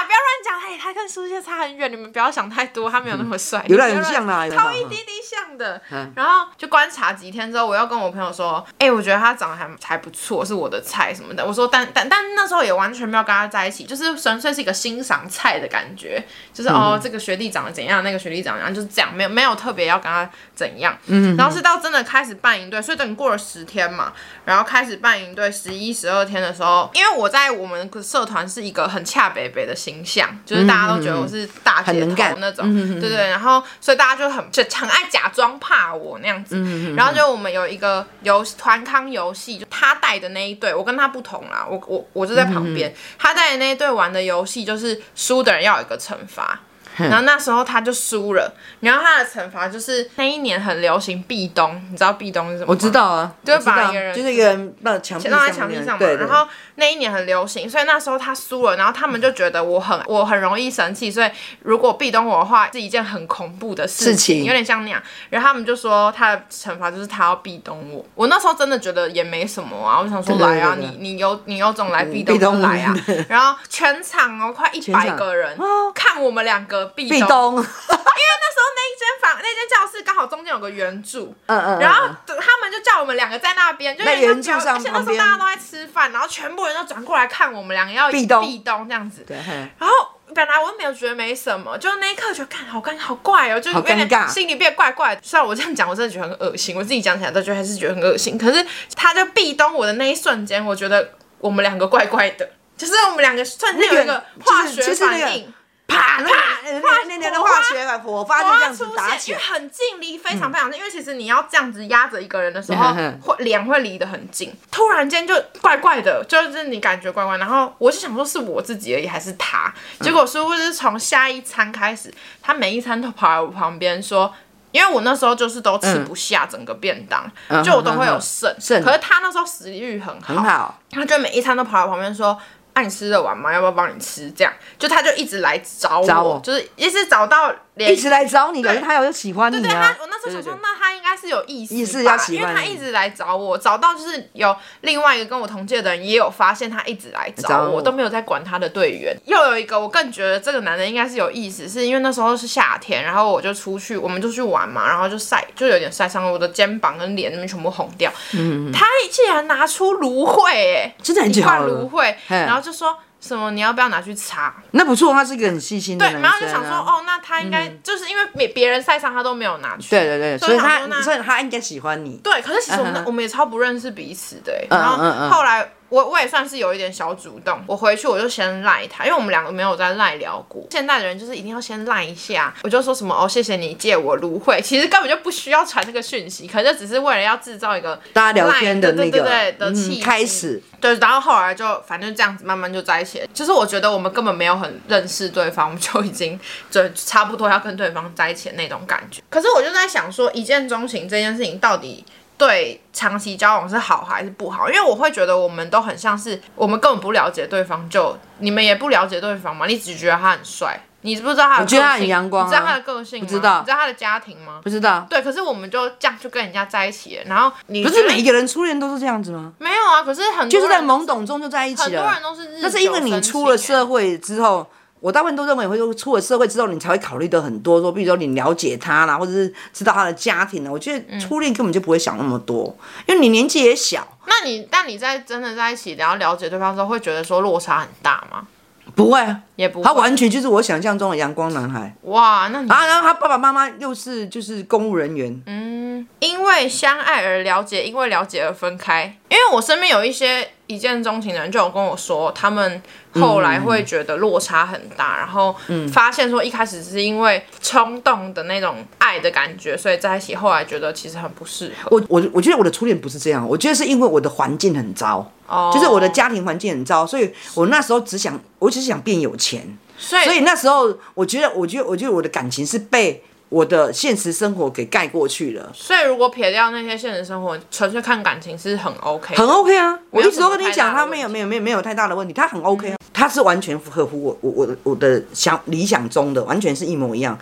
Speaker 2: 啊，不要乱讲，哎、他跟苏谢差很远，你们不要想太多，他没有那么帅，
Speaker 1: 有啦
Speaker 2: 你们不要乱
Speaker 1: 很像啦有啦嗯
Speaker 2: 超一滴滴像的。然后就观察几天之后，我要跟我朋友说，哎、我觉得他长得还还不错，是我的菜什么的。我说但但但那时候也完全没有跟他在一起，就是纯粹是一个欣赏菜的感觉，就是、
Speaker 1: 嗯
Speaker 2: 哦，这个学弟长得怎样，那个学弟长得怎样，就是这样，没有没有特别要跟他怎样。嗯，然后是到真的开始办营队，所以等过了十天嘛，然后开始办营队，十一、十二天的时候，因为我在我们社团是一个很恰北北的形象，就是大家都觉得我是大姐
Speaker 1: 嗯很能
Speaker 2: 头
Speaker 1: 干嗯
Speaker 2: 那种，对对。然后所以大家就很就很爱假装怕我
Speaker 1: 嗯
Speaker 2: 那样子。然后就我们有一个游团康游戏，就他带的那一队，我跟他不同啦，我我我就在旁
Speaker 1: 嗯
Speaker 2: 边，他带的那一队玩的游戏就是输的人要有一个惩罚。然后那时候他就输了，然后他的惩罚就是那一年很流行壁咚，你知道壁咚是什么吗？
Speaker 1: 我知道啊，
Speaker 2: 就
Speaker 1: 我
Speaker 2: 是
Speaker 1: 知
Speaker 2: 把
Speaker 1: 道
Speaker 2: 一个人
Speaker 1: 就是一个人到墙壁
Speaker 2: 弄在
Speaker 1: 上
Speaker 2: 墙壁
Speaker 1: 面
Speaker 2: 上嘛
Speaker 1: 对，，对
Speaker 2: 然后那一年很流行，所以那时候他输了，然后他们就觉得我很我很容易生气，所以如果壁咚我的话是一件很恐怖的事
Speaker 1: 事情
Speaker 2: 有点像那样。然后他们就说他的惩罚就是他要壁咚我，我那时候真的觉得也没什么啊，我想说
Speaker 1: 对对
Speaker 2: 来啊，
Speaker 1: 对对嗯
Speaker 2: 你你有你有种来壁咚
Speaker 1: 壁咚
Speaker 2: 就来 啊，然后全场哦快一百
Speaker 1: 场啊
Speaker 2: 个人看我们两个壁
Speaker 1: 壁
Speaker 2: 咚，
Speaker 1: 咚，嗯
Speaker 2: 那时候那一间房那间教室刚好中间有个圆柱，
Speaker 1: 嗯嗯，
Speaker 2: 然后
Speaker 1: 嗯
Speaker 2: 他们就叫我们两个在那边，就有
Speaker 1: 在
Speaker 2: 点像
Speaker 1: 圆柱
Speaker 2: 表
Speaker 1: 上
Speaker 2: 而且那时
Speaker 1: 旁
Speaker 2: 候
Speaker 1: 边
Speaker 2: 大家都在吃饭，然后全部人都转过来看我们两个要
Speaker 1: 壁咚
Speaker 2: 壁咚这样子。
Speaker 1: 对，嘿
Speaker 2: 然后本来我没有觉得没什么，就那一刻觉得看好尴好怪哦，就是有
Speaker 1: 好尴
Speaker 2: 点
Speaker 1: 尬
Speaker 2: 心里变怪怪的。虽然我这样讲，我真的觉得很恶心，我自己讲起来都觉得还是觉得很恶心。可是他就壁咚我的那一瞬间，我觉得我们两个怪怪的，就是我们两个瞬间有一个
Speaker 1: 那个
Speaker 2: 化
Speaker 1: 就是
Speaker 2: 学
Speaker 1: 就是那
Speaker 2: 反
Speaker 1: 个
Speaker 2: 应。
Speaker 1: 啪，那个
Speaker 2: 化
Speaker 1: 那那那
Speaker 2: 火花
Speaker 1: 化学反火花就
Speaker 2: 我
Speaker 1: 这
Speaker 2: 要
Speaker 1: 样
Speaker 2: 出
Speaker 1: 子
Speaker 2: 现，
Speaker 1: 打起
Speaker 2: 因为
Speaker 1: 来，
Speaker 2: 很近，离非常非常近。因为其实你要这样子压着一个人的时
Speaker 1: 嗯
Speaker 2: 候
Speaker 1: 哼，
Speaker 2: 会脸会离得很近，突然间就怪怪的，就是你感觉怪怪。然后我就想说是我自己而已，还是他？
Speaker 1: 嗯
Speaker 2: 结果殊不知从下一餐开始，他每一餐都跑来我旁边说。因为我那时候就是都吃不下整个便当，
Speaker 1: 嗯
Speaker 2: 就我都会有
Speaker 1: 嗯嗯嗯
Speaker 2: 剩，
Speaker 1: 剩
Speaker 2: 可是他那时候食欲
Speaker 1: 很好，
Speaker 2: 他就每一餐都跑到旁边说：“啊，你吃得完吗？要不要帮你吃？”这样，就他就一直来找我，
Speaker 1: 找我
Speaker 2: 就是一直找到连
Speaker 1: 一直来找你，表示
Speaker 2: 对
Speaker 1: 他有喜欢
Speaker 2: 对
Speaker 1: 你
Speaker 2: 他
Speaker 1: 啊，。
Speaker 2: 我那时候想
Speaker 1: 对
Speaker 2: 说
Speaker 1: 对，
Speaker 2: 那他应该是有意思吧，
Speaker 1: 意思要喜
Speaker 2: 因为
Speaker 1: 欢
Speaker 2: 他
Speaker 1: 你
Speaker 2: 一直来找我，找到就是有另外一个跟我同届的人也有发现他一直来找
Speaker 1: 找
Speaker 2: 我，
Speaker 1: 我
Speaker 2: 都没有在管他的队员。又有一个，我更觉得这个男的应该是有意思，是因为那时候是夏天，然后我就出去，我们就去玩嘛，然后就晒，就有点晒伤了，我的肩膀跟脸那边全部红掉。嗯，他竟然拿出芦荟、哎，
Speaker 1: 真的很
Speaker 2: 一
Speaker 1: 巧
Speaker 2: 罐芦
Speaker 1: 了，
Speaker 2: 荟，
Speaker 1: 嘿
Speaker 2: 然后就说什么你要不要拿去擦？
Speaker 1: 那不错，他是一个很细心的
Speaker 2: 对，
Speaker 1: 男生啊
Speaker 2: 然后就想说，哦，那他应该就是因为别别人晒伤他都没有拿去，
Speaker 1: 嗯对对对，
Speaker 2: 所
Speaker 1: 所
Speaker 2: 以
Speaker 1: 以
Speaker 2: 我想说那
Speaker 1: 他所以他应该喜欢你，
Speaker 2: 对，可是其实我们、
Speaker 1: 嗯哼
Speaker 2: 我们也超不认识彼此的欸、
Speaker 1: 嗯嗯
Speaker 2: 然后
Speaker 1: 嗯
Speaker 2: 后来我我也算是有一点小主动，我回去我就先赖他，因为我们两个没有在赖聊过。现代的人就是一定要先赖一下，我就说什么哦，谢谢你借我芦荟，其实根本就不需要传这个讯息，可是只是为了要制造一个
Speaker 1: 大家聊
Speaker 2: 赖
Speaker 1: 天的那
Speaker 2: 对
Speaker 1: 个
Speaker 2: 对对对的
Speaker 1: 嗯
Speaker 2: 气息
Speaker 1: 开始，
Speaker 2: 对，然后后来就反正这样子慢慢就在一起了。就是我觉得我们根本没有很认识对方，我们就已经就差不多要跟对方在一起的那种感觉。可是我就在想说，一见钟情这件事情到底对长期交往是好还是不好？因为我会觉得我们都很像是我们根本不了解对方就，你们也不了解对方嘛，你只觉得他很帅。你知不知道他的个性？
Speaker 1: 我觉得他很阳光啊
Speaker 2: 你知道他的个性吗？
Speaker 1: 不知道
Speaker 2: 你知道他的家庭吗？
Speaker 1: 不知道，
Speaker 2: 对，可是我们就这样就跟人家在一起了，然后你
Speaker 1: 不
Speaker 2: 觉
Speaker 1: 是
Speaker 2: 得
Speaker 1: 每一个人初恋都是这样子吗？
Speaker 2: 没有啊，可是很多
Speaker 1: 就是在
Speaker 2: 人
Speaker 1: 懵懂中就在一
Speaker 2: 很
Speaker 1: 起
Speaker 2: 多人
Speaker 1: 了。
Speaker 2: 都是日
Speaker 1: 那是因为你出了社会之后，我大部分都认为会说出了社会之后，你才会考虑的很多，说比如说你了解他啦，或者是知道他的家庭啊啦。我觉得初恋根本就不会想那么多，因为你年纪也小，
Speaker 2: 那你但你在真的在一起，然后了解对方之后，会觉得说落差很大吗？
Speaker 1: 不会啊，
Speaker 2: 也不会
Speaker 1: 他完全就是我想象中的阳光男孩。
Speaker 2: 哇，那你、
Speaker 1: 啊，然后他爸爸妈妈又是就是公务人员，
Speaker 2: 因为相爱而了解，因为了解而分开。因为我身边有一些一见钟情的人，就有跟我说，他们后来会觉得落差很大，然后
Speaker 1: 嗯
Speaker 2: 发现说一开始是因为冲动的那种爱的感觉，所以在一起，后来觉得其实很不适合。
Speaker 1: 我我我觉得我的初恋不是这样，我觉得是因为我的环境很糟，
Speaker 2: 哦
Speaker 1: 就是我的，家庭环境很糟，所以我那时候只想，我只是想变有钱，
Speaker 2: 所以
Speaker 1: 所以那时候我觉得，我觉得，我觉得我的感情是被我的现实生活给盖过去了，
Speaker 2: 所以如果撇掉那些现实生活，纯粹看感情是很 OK 的。
Speaker 1: 很 OK 啊。我
Speaker 2: 没有
Speaker 1: 一直都跟你
Speaker 2: 什么
Speaker 1: 讲，
Speaker 2: 太大
Speaker 1: 他
Speaker 2: 的
Speaker 1: 没
Speaker 2: 问
Speaker 1: 有
Speaker 2: 题嗯
Speaker 1: 没有没有没有太大的问题，他很 OK 啊，他是完全合乎我我我的我的想理想中的，完全是一模一样。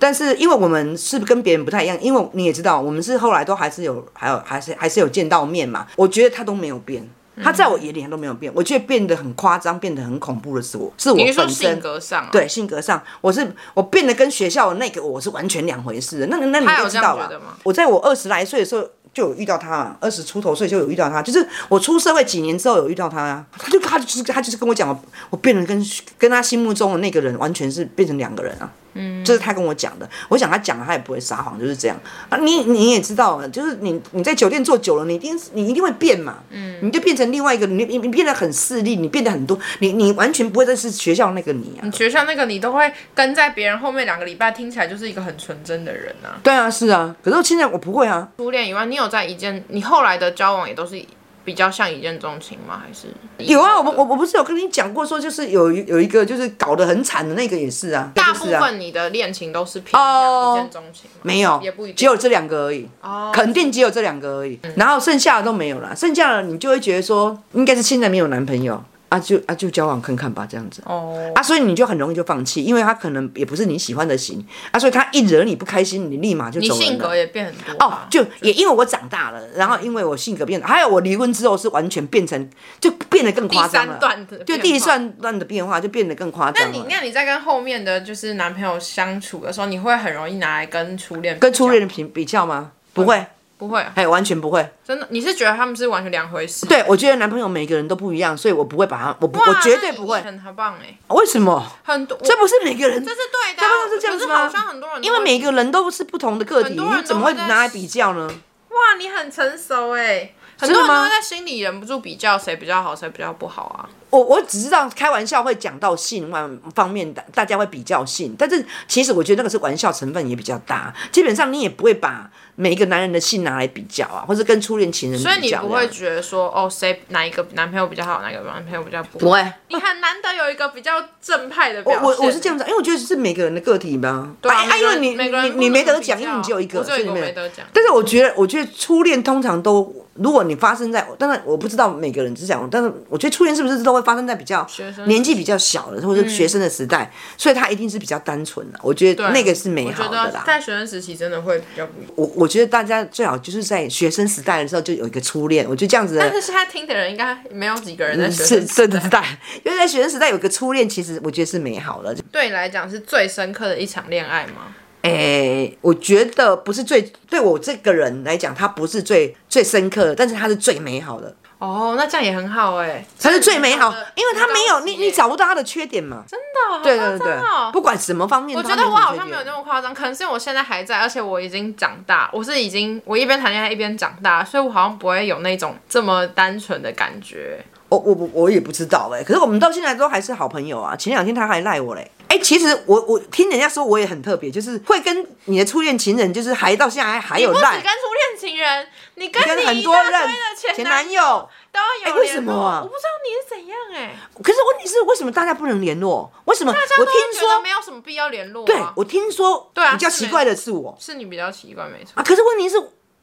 Speaker 1: 但是因为我们是跟别人不太一样，因为你也知道，我们是后来都还是有还有还是还是有见到面嘛，我觉得他都没有变。
Speaker 2: 嗯
Speaker 1: 他在我眼里他都没有变，我觉得变得很夸张，变得很恐怖的是我，是我
Speaker 2: 你是说
Speaker 1: 本
Speaker 2: 性
Speaker 1: 身
Speaker 2: 格上、啊？
Speaker 1: 对，性格上，我是我变得跟学校的那个我是完全两回事的。那那你
Speaker 2: 他
Speaker 1: 就
Speaker 2: 有这
Speaker 1: 知
Speaker 2: 样
Speaker 1: 道
Speaker 2: 觉
Speaker 1: 吧
Speaker 2: 得吗？
Speaker 1: 我在我二十来岁的时候就有遇到他嘛，二十出头岁就有遇到他，就是我出社会几年之后有遇到他啊。他就他就是他就是跟我讲，我我变得跟跟他心目中的那个人完全是变成两个人啊。嗯，这是他跟我讲的。我想他讲了，他也不会撒谎，就是这样啊。你你也知道，啊就是你你在酒店做久了，你一定你一定会变嘛。嗯，你就变成另外一个，你你你变得很势利，你变得很多，你你完全不会再是学校那个你啊。
Speaker 2: 学校那个你都会跟在别人后面两个礼拜，听起来就是一个很纯真的人啊。
Speaker 1: 对啊，是啊，可是我现在我不会啊，
Speaker 2: 初恋以外，你有在一见，你后来的交往也都是比较像一见钟情吗？还是
Speaker 1: 有啊，我我我不是有跟你讲过说，就是有一有一个就是搞得很惨的那个也是啊，
Speaker 2: 大
Speaker 1: 就
Speaker 2: 部
Speaker 1: 是啊、
Speaker 2: 分你的恋情都是偏向一见钟情吗？
Speaker 1: 没有
Speaker 2: 也不一，定
Speaker 1: 只有这两个而已，
Speaker 2: 哦，
Speaker 1: 肯定只有这两个而已，然后剩下的都没有了，剩下的你就会觉得说，应该是现在没有男朋友啊，就啊就交往看看吧，这样子。
Speaker 2: 哦，
Speaker 1: 啊，所以你就很容易就放弃，因为他可能也不是你喜欢的型啊，所以他一惹你不开心，你立马就
Speaker 2: 你
Speaker 1: 走人了。
Speaker 2: 性格也变很多
Speaker 1: 哦
Speaker 2: 啊，
Speaker 1: 就也因为我长大了，然后因为我性格变了，还有我离婚之后是完全变成就变得更
Speaker 2: 第
Speaker 1: 夸张了
Speaker 2: 三。段的
Speaker 1: 就
Speaker 2: 变化
Speaker 1: 第一。段段的变化就变得更夸
Speaker 2: 那
Speaker 1: 张
Speaker 2: 你
Speaker 1: 了。
Speaker 2: 那你在跟后面的就是男朋友相处的时候，你会很容易拿来跟初恋比较
Speaker 1: 跟初恋的比比较吗？不会，
Speaker 2: 不会啊，
Speaker 1: 哎，完全不会。
Speaker 2: 真的，你是觉得他们是完全两回事？
Speaker 1: 对，我觉得男朋友每个人都不一样，所以我不会把他，我不，
Speaker 2: 哇，
Speaker 1: 我绝
Speaker 2: 那
Speaker 1: 对
Speaker 2: 你
Speaker 1: 不会。
Speaker 2: 很很棒哎，
Speaker 1: 为什么？
Speaker 2: 很多
Speaker 1: 这不是每个人
Speaker 2: 这，是对的、
Speaker 1: 大
Speaker 2: 啊，
Speaker 1: 部分都是这样子
Speaker 2: 可
Speaker 1: 吗
Speaker 2: 是好像很多人都会
Speaker 1: 因为每个人都是不同的个体，
Speaker 2: 很多人
Speaker 1: 你
Speaker 2: 都
Speaker 1: 怎么会
Speaker 2: 会在
Speaker 1: 拿来比较呢？
Speaker 2: 哇，你很成熟哎，很
Speaker 1: 的
Speaker 2: 多
Speaker 1: 吗
Speaker 2: 人都会在心里忍不住比较谁比较好，谁比较不好啊。
Speaker 1: 我我只知道开玩笑会讲到性方方面的，大家会比较性，但是其实我觉得那个是玩笑成分也比较大。基本上你也不会把每一个男人的性拿来比较啊，或者跟初恋情人比较
Speaker 2: 所
Speaker 1: 这
Speaker 2: 以
Speaker 1: 样。
Speaker 2: 你不会觉得说哦，谁哪一个男朋友比较好，哪一个男朋友比较不
Speaker 1: 不
Speaker 2: 好？
Speaker 1: 会，
Speaker 2: 你很难得有一个比较正派的表
Speaker 1: 啊我
Speaker 2: 现。
Speaker 1: 我我是这样子，因为我觉得是每个人的个体吧。
Speaker 2: 对啊，
Speaker 1: 哎哎因为你
Speaker 2: 每个人
Speaker 1: 你你没得讲，因为你只
Speaker 2: 只
Speaker 1: 有一个，
Speaker 2: 我
Speaker 1: 所以
Speaker 2: 一
Speaker 1: 你
Speaker 2: 个
Speaker 1: 没
Speaker 2: 没
Speaker 1: 有。
Speaker 2: 得讲。
Speaker 1: 但是我觉得，我觉得初恋通常都，如果你发生在，当然我不知道每个人是这样，但是我觉得初恋是不是都会发生在比较
Speaker 2: 学生嗯
Speaker 1: 年纪比较小的，或者学生的时代，所以他一定是比较单纯的。我觉得那个是美
Speaker 2: 我
Speaker 1: 好
Speaker 2: 觉
Speaker 1: 的
Speaker 2: 得
Speaker 1: 啦。
Speaker 2: 在学生时期真的会比较不一样，
Speaker 1: 我我觉得大家最好就是在学生时代的时候就有一个初恋，我觉得这样子的
Speaker 2: 但是现在听的人应该没有几个人在学
Speaker 1: 是
Speaker 2: 生时
Speaker 1: 真
Speaker 2: 代
Speaker 1: 的，代，因为在学生时代有个初恋，其实我觉得是美好的。
Speaker 2: 对你来讲是最深刻的一场恋爱吗？
Speaker 1: 诶、我觉得不是最对我这个人来讲，它不是最最深刻的，但是它是最美好的，
Speaker 2: 哦，那这样也很好哎，
Speaker 1: 它是最美好，
Speaker 2: 这样子
Speaker 1: 因为它没有你，
Speaker 2: 很高级耶
Speaker 1: 你找不到它的缺点嘛。
Speaker 2: 真的好
Speaker 1: 对对对
Speaker 2: 夸张哦
Speaker 1: 对，不管什么方面，
Speaker 2: 我
Speaker 1: 它
Speaker 2: 觉得
Speaker 1: 什
Speaker 2: 我
Speaker 1: 么
Speaker 2: 好
Speaker 1: 缺
Speaker 2: 像没有
Speaker 1: 点
Speaker 2: 那么夸张，可能是因为我现在还在，而且我已经长大，我是已经我一边谈恋爱一边长大，所以我好像不会有那种这么单纯的感觉。
Speaker 1: 我我我我也不知道哎、可是我们到现在都还是好朋友啊。前两天他还赖我嘞。哎、其实我我听人家说我也很特别，就是会跟你的初恋情人，就是还到现在还还哎有
Speaker 2: 不止跟
Speaker 1: 赖，
Speaker 2: 初恋情人，你跟
Speaker 1: 跟
Speaker 2: 你
Speaker 1: 很
Speaker 2: 一
Speaker 1: 多
Speaker 2: 大堆
Speaker 1: 人
Speaker 2: 的前
Speaker 1: 男
Speaker 2: 男
Speaker 1: 友。
Speaker 2: 都有
Speaker 1: 哎为
Speaker 2: 联
Speaker 1: 什么
Speaker 2: 络
Speaker 1: 啊
Speaker 2: 我不知道你是怎样哎、
Speaker 1: 可是问题是为什么大家不能联络？为什么？
Speaker 2: 大家
Speaker 1: 我听
Speaker 2: 都会觉得
Speaker 1: 说，
Speaker 2: 没有什么必要联络、啊。
Speaker 1: 对我听说，
Speaker 2: 对啊
Speaker 1: 比较
Speaker 2: 是
Speaker 1: 奇
Speaker 2: 没
Speaker 1: 怪的是我。
Speaker 2: 是你比较奇怪，没错，
Speaker 1: 啊，可是问题是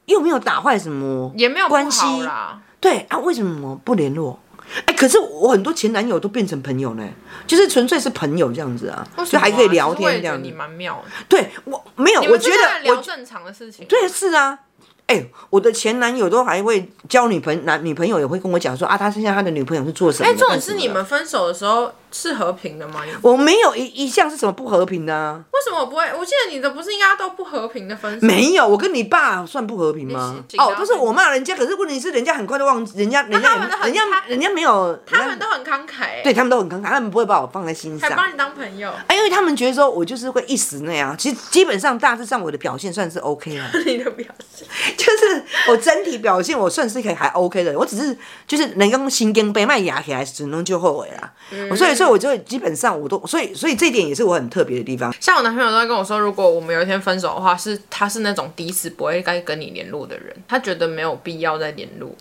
Speaker 1: 又没有打坏什么，
Speaker 2: 也没有不
Speaker 1: 关系
Speaker 2: 好啦。
Speaker 1: 对啊，为什么不联络？哎、可是我很多前男友都变成朋友呢，就是纯粹是朋友这样子啊，
Speaker 2: 为什
Speaker 1: 就
Speaker 2: 么啊
Speaker 1: 还可以聊
Speaker 2: 其实我也
Speaker 1: 天这
Speaker 2: 觉得
Speaker 1: 样
Speaker 2: 你
Speaker 1: 子。
Speaker 2: 蛮妙的。
Speaker 1: 对我没有，
Speaker 2: 你
Speaker 1: 我
Speaker 2: 们
Speaker 1: 觉
Speaker 2: 是在
Speaker 1: 得
Speaker 2: 聊
Speaker 1: 我
Speaker 2: 正常的事情，
Speaker 1: 对是啊。哎、我的前男友都还会交女朋男女朋友，也会跟我讲说啊，他现在他的女朋友是做什么
Speaker 2: 哎、
Speaker 1: 的？
Speaker 2: 这种
Speaker 1: 干什
Speaker 2: 是
Speaker 1: 么
Speaker 2: 你
Speaker 1: 的
Speaker 2: 们分手的时候是和平的吗？你为
Speaker 1: 我没有一一项是什么不和平的、啊，
Speaker 2: 什么我不会？我记得你的不是应该都不和平的分手？
Speaker 1: 没有。我跟你爸算不和平吗
Speaker 2: 你？是
Speaker 1: 哦，都是我骂人家，可是问题是人家很快就忘记，人家人家
Speaker 2: 他们都很
Speaker 1: 人家
Speaker 2: 他
Speaker 1: 人家没有，
Speaker 2: 他们
Speaker 1: 人家
Speaker 2: 都很慷慨、欸，
Speaker 1: 对他们都很尴尬，他们不会把我放在心
Speaker 2: 还
Speaker 1: 上。
Speaker 2: 把你当朋友。
Speaker 1: 哎，因为他们觉得说我就是会一时那样，其实基本上大致上我的表现算是 OK 啊，
Speaker 2: 你的表情，
Speaker 1: 就是我整体表现我算是可以还 OK 的，我只是就是能用心跟被卖牙起来，只能就后悔啦。
Speaker 2: 嗯
Speaker 1: 我所以所以我就基本上我都所以所以这一点也是我很特别的地方。
Speaker 2: 像我男朋友都会跟我说，如果我们有一天分手的话，是他是那种抵死不会该跟你联络的人，他觉得没有必要再联络。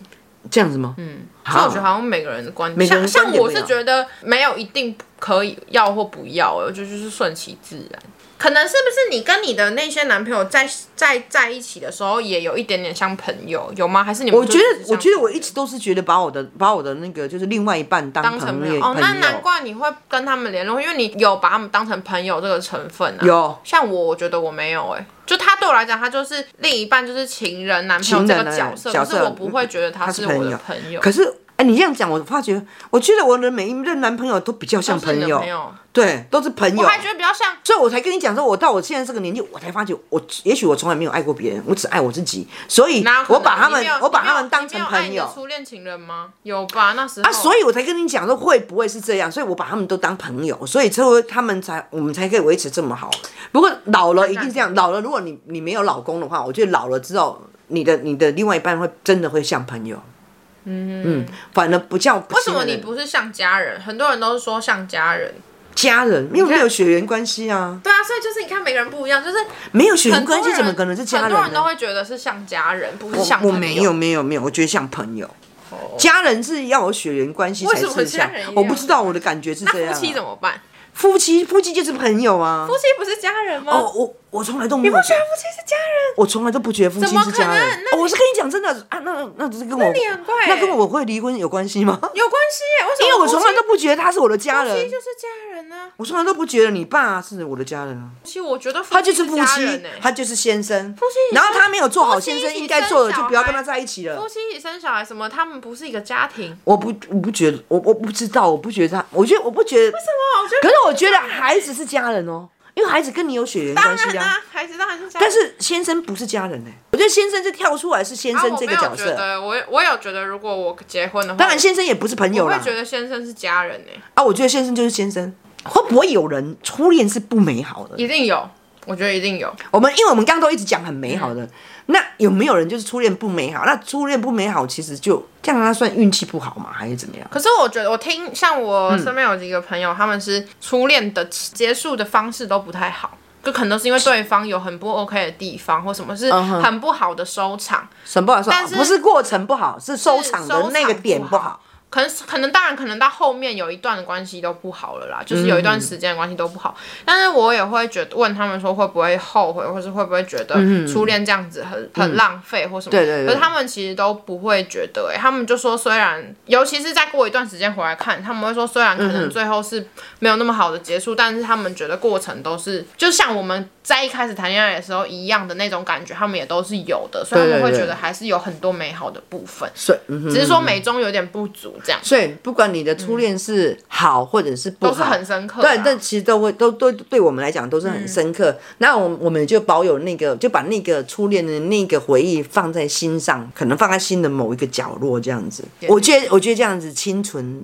Speaker 1: 这样子吗？嗯，
Speaker 2: 所以我觉得好像每个人的观
Speaker 1: 每
Speaker 2: 点，
Speaker 1: 个人
Speaker 2: 像
Speaker 1: 观点不
Speaker 2: 像
Speaker 1: 一
Speaker 2: 我
Speaker 1: 样
Speaker 2: 是觉得没有一定可以要或不要，我觉得就是顺其自然。可能是不是你跟你的那些男朋友在在在一起的时候，也有一点点像朋友，有吗？还是你们
Speaker 1: 我
Speaker 2: 就
Speaker 1: 觉
Speaker 2: 只是
Speaker 1: 得，
Speaker 2: 像
Speaker 1: 我觉得我一直都是觉得把我的把我的那个就是另外一半当
Speaker 2: 当成
Speaker 1: 朋
Speaker 2: 朋
Speaker 1: 友
Speaker 2: 友哦，那
Speaker 1: 朋友
Speaker 2: 难怪你会跟他们联络，因为你有把他们当成朋友这个成分啊。
Speaker 1: 有
Speaker 2: 像我，我觉得我没有哎、就他对我来讲，他就是另一半，就是情人、男朋友这
Speaker 1: 情人
Speaker 2: 个
Speaker 1: 啊
Speaker 2: 角色，
Speaker 1: 角
Speaker 2: 可
Speaker 1: 色
Speaker 2: 是我不会觉得他
Speaker 1: 他是
Speaker 2: 我
Speaker 1: 朋
Speaker 2: 的
Speaker 1: 友
Speaker 2: 朋友，
Speaker 1: 可是哎、你这样讲，我发觉，我觉得我的每一任男朋友都比较像
Speaker 2: 都是你
Speaker 1: 朋
Speaker 2: 的
Speaker 1: 友，
Speaker 2: 朋友，
Speaker 1: 对，都是朋友
Speaker 2: 我。还觉得比较像
Speaker 1: 所以我才跟你讲说，我到我现在这个年纪，我才发觉我，也许我从来没有爱过别人，我只爱我自己，所以
Speaker 2: 哪有可
Speaker 1: 我
Speaker 2: 能
Speaker 1: 把他
Speaker 2: 你
Speaker 1: 们
Speaker 2: 没有，
Speaker 1: 我把
Speaker 2: 你没有
Speaker 1: 他们当成
Speaker 2: 你没有爱
Speaker 1: 朋
Speaker 2: 你
Speaker 1: 友
Speaker 2: 的初恋情人吗？有吧？那时候
Speaker 1: 啊，所以我才跟你讲说会不会是这样，所以我把他们都当朋友，所以之后他们才我们才可以维持这么好。不过老了一定这样，老了如果你你没有老公的话，我觉得老了之后，你的你的另外一半会真的会像朋友，嗯嗯，反而不叫为
Speaker 2: 为什么你不是像家人？很多人都是说像家人。
Speaker 1: 家人，因为没有血缘关系啊，
Speaker 2: 对啊，所以就是你看每个人不一样，就是
Speaker 1: 没有血缘
Speaker 2: 很多
Speaker 1: 关系
Speaker 2: 人
Speaker 1: 怎么可能是家
Speaker 2: 很
Speaker 1: 人
Speaker 2: 多人
Speaker 1: 呢
Speaker 2: 都？会觉得是像家人，不是
Speaker 1: 我
Speaker 2: 像
Speaker 1: 我
Speaker 2: 朋
Speaker 1: 没
Speaker 2: 友哦
Speaker 1: 有没有没有，我觉得像朋友。家人是要有血缘关系才
Speaker 2: 为什
Speaker 1: 是
Speaker 2: 么
Speaker 1: 像
Speaker 2: 家人一，定
Speaker 1: 我
Speaker 2: 要
Speaker 1: 不知道我的感觉是这样
Speaker 2: 夫
Speaker 1: 啊。
Speaker 2: 妻怎么办？
Speaker 1: 夫妻夫妻就是朋友啊。
Speaker 2: 夫妻不是家人吗？
Speaker 1: 哦，我我从来都没
Speaker 2: 啊你
Speaker 1: 有
Speaker 2: 不。觉得夫妻是家人？
Speaker 1: 我从来都不觉得夫妻是
Speaker 2: 怎
Speaker 1: 家
Speaker 2: 么可
Speaker 1: 人
Speaker 2: 能。那
Speaker 1: 哦我是跟你讲真的啊，那那只是跟我，
Speaker 2: 你很怪欸
Speaker 1: 那跟我会离婚有关系吗？
Speaker 2: 有关系耶？为什 么？
Speaker 1: 因为我从来都不觉得他是我的家
Speaker 2: 夫妻
Speaker 1: 人，
Speaker 2: 就是家人呢、
Speaker 1: 我从来都不觉得你爸是我的家人啊。
Speaker 2: 其实我觉得夫
Speaker 1: 他就
Speaker 2: 妻
Speaker 1: 是夫
Speaker 2: 家人欸
Speaker 1: 妻
Speaker 2: 呢，。
Speaker 1: 他就是先生
Speaker 2: 夫妻，一起
Speaker 1: 然后他没有做好
Speaker 2: 夫妻
Speaker 1: 先
Speaker 2: 一
Speaker 1: 生
Speaker 2: 起
Speaker 1: 应该做的，
Speaker 2: 生
Speaker 1: 就不要
Speaker 2: 小
Speaker 1: 跟
Speaker 2: 孩
Speaker 1: 他在一起了
Speaker 2: 夫。妻一起生小孩什么？他们不是一个家庭。
Speaker 1: 我不，我不觉得，我我不知道，我不觉得他，我觉得我不觉得，
Speaker 2: 什么？我觉得
Speaker 1: 可是我觉得孩子是家人哦，因为孩子跟你有血缘
Speaker 2: 当
Speaker 1: 关系
Speaker 2: 然
Speaker 1: 啊。
Speaker 2: 啦，孩子当然是家人。
Speaker 1: 但是先生不是家人呢、我觉得先生是跳出来是先
Speaker 2: 啊
Speaker 1: 生这个角
Speaker 2: 我没有觉
Speaker 1: 色，
Speaker 2: 得，我我有觉得，如果我结婚的话，
Speaker 1: 当然先生也不是朋友
Speaker 2: 我会
Speaker 1: 啦。
Speaker 2: 觉得先生是家人欸呢、
Speaker 1: 啊，我觉得先生就是先生。会不会有人初恋是不美好的？
Speaker 2: 一定有，我觉得一定有。
Speaker 1: 我们因为我们刚刚都一直讲很美好的，
Speaker 2: 嗯
Speaker 1: 那有没有人就是初恋不美好？那初恋不美好，其实就这样，他算运气不好嘛，还是怎么样？
Speaker 2: 可是我觉得，我听像我
Speaker 1: 嗯
Speaker 2: 身边有几个朋友，他们是初恋的结束的方式都不太好，就可能都是因为对方有很不 OK 的地方，或什么是
Speaker 1: 嗯哼
Speaker 2: 很不好的收场。
Speaker 1: 什么不好说？
Speaker 2: 但是
Speaker 1: 不是过程不好，是收场
Speaker 2: 收
Speaker 1: 的
Speaker 2: 场
Speaker 1: 那个点不
Speaker 2: 不
Speaker 1: 好
Speaker 2: 好。可能可能当然可能到后面有一段的关系都不好了啦，就是有一
Speaker 1: 嗯
Speaker 2: 段时间的关系都不好。但是我也会觉得问他们说会不会后悔，或是会不会觉得初恋这样子很、很浪费或什么？
Speaker 1: 嗯对对对
Speaker 2: 可是他们其实都不会觉得、欸，他们就说虽然，尤其是再过一段时间回来看，他们会说虽然可
Speaker 1: 嗯
Speaker 2: 能最后是没有那么好的结束，但是他们觉得过程都是就像我们在一开始谈恋爱的时候一样的那种感觉，他们也都是有的，所以他
Speaker 1: 对
Speaker 2: 们
Speaker 1: 对
Speaker 2: 会
Speaker 1: 对
Speaker 2: 觉得还是有很多美好的部分。
Speaker 1: 所以，嗯哼
Speaker 2: 只是说美中有点不足，这样
Speaker 1: 所以不管你的初恋是好或者是不好，
Speaker 2: 嗯都是很深刻的啊嗯
Speaker 1: 对，但其实都会都都对我们来讲都是很深刻。那我我们就保有那个，就把那个初恋的那个回忆放在心上，可能放在心的某一个角落这样子。我觉得我觉得这样子清存，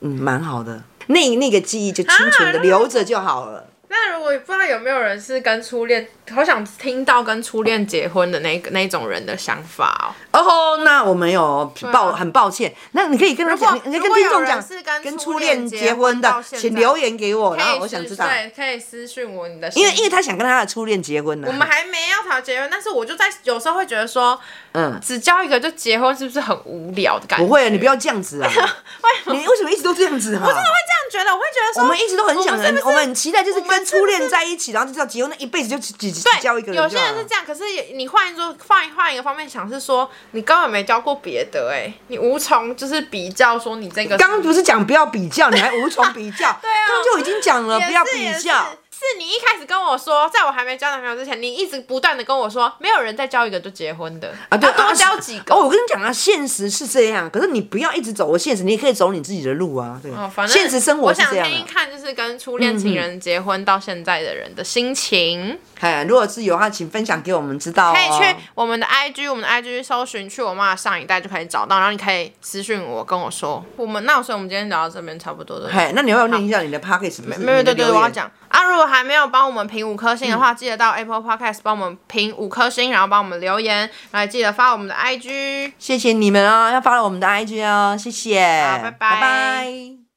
Speaker 1: 嗯，蛮好的。那那个记忆就清存的
Speaker 2: 啊
Speaker 1: 留着就好了。
Speaker 2: 那如果不知道有没有人是跟初恋，好想听到跟初恋结婚的那个那种人的想法哦。
Speaker 1: 哦吼，那我没有抱，
Speaker 2: 啊
Speaker 1: 很抱歉。那你可以跟他
Speaker 2: 如果
Speaker 1: 讲，你你可以跟
Speaker 2: 如果
Speaker 1: 听
Speaker 2: 有
Speaker 1: 众
Speaker 2: 人
Speaker 1: 讲
Speaker 2: 是跟
Speaker 1: 跟初
Speaker 2: 初
Speaker 1: 恋
Speaker 2: 恋
Speaker 1: 结
Speaker 2: 结
Speaker 1: 婚
Speaker 2: 婚
Speaker 1: 的
Speaker 2: 的，
Speaker 1: 请留言给我，然
Speaker 2: 可
Speaker 1: 后
Speaker 2: 以
Speaker 1: 我想知
Speaker 2: 私
Speaker 1: 道。
Speaker 2: 对，可以私讯我你的心，
Speaker 1: 因为因为他想跟他的初恋结婚呢、
Speaker 2: 我们还没要讨结婚，但是我就在有时候会觉得说，
Speaker 1: 嗯，
Speaker 2: 只交一个就结婚是不是很无聊的感觉？
Speaker 1: 不会啊，你不
Speaker 2: 要
Speaker 1: 要这样子 啊！你为什么一直都这样子啊？
Speaker 2: 这样觉得，我会觉得说
Speaker 1: 我们一直都很想，
Speaker 2: 我们是不是
Speaker 1: 我们很期待，就是
Speaker 2: 我们
Speaker 1: 跟
Speaker 2: 是不
Speaker 1: 初恋在一起，然后就知道结婚，那一辈子就只只只
Speaker 2: 对，
Speaker 1: 交一个人。
Speaker 2: 有些人是这，样，可是也你换一说换一换一个方面想，是说你根本没教过别的、哎，你无从就是比较说你这个
Speaker 1: 刚刚不是讲不要比较，你还无从比较。
Speaker 2: 对啊
Speaker 1: 刚刚就已经讲了
Speaker 2: 也
Speaker 1: 不要
Speaker 2: 是也
Speaker 1: 比
Speaker 2: 是
Speaker 1: 较。啊
Speaker 2: 是你一开始跟我说，在我还没交男朋友之前，你一直不断的跟我说，没有人再交一个就结婚的
Speaker 1: 啊，对，
Speaker 2: 要多
Speaker 1: 啊
Speaker 2: 交
Speaker 1: 是
Speaker 2: 几个。
Speaker 1: 哦，我跟你讲啊，现实是这样，可是你不要一直走现实，你也可以走你自己的路啊。对，
Speaker 2: 哦，反正
Speaker 1: 现实生活
Speaker 2: 我
Speaker 1: 是
Speaker 2: 想
Speaker 1: 这样啊
Speaker 2: 听听
Speaker 1: 的。
Speaker 2: 看，就是跟初恋情人结婚到现在的人的心情，
Speaker 1: 哎，如果是有的话，请分享给我们知道哦。
Speaker 2: 可以去我们的 IG，我们的 IG 搜寻“去我妈的上一代”就可以找到，然后你可以私讯我，跟我说。我们那所以我们今天聊到这边差不多的。
Speaker 1: 哎，那你要不要念一下你的嗯 p o c k e t 没
Speaker 2: 没有，对对，我要。讲啊！如果还没有帮我们评五颗星的话，记得到 Apple Podcast 帮我们评五颗星，然后帮我们留言，然后记得发我们的 IG。
Speaker 1: 啊谢谢你们哦，要发了我们的 IG 哦，谢谢，
Speaker 2: 好拜拜
Speaker 1: 拜拜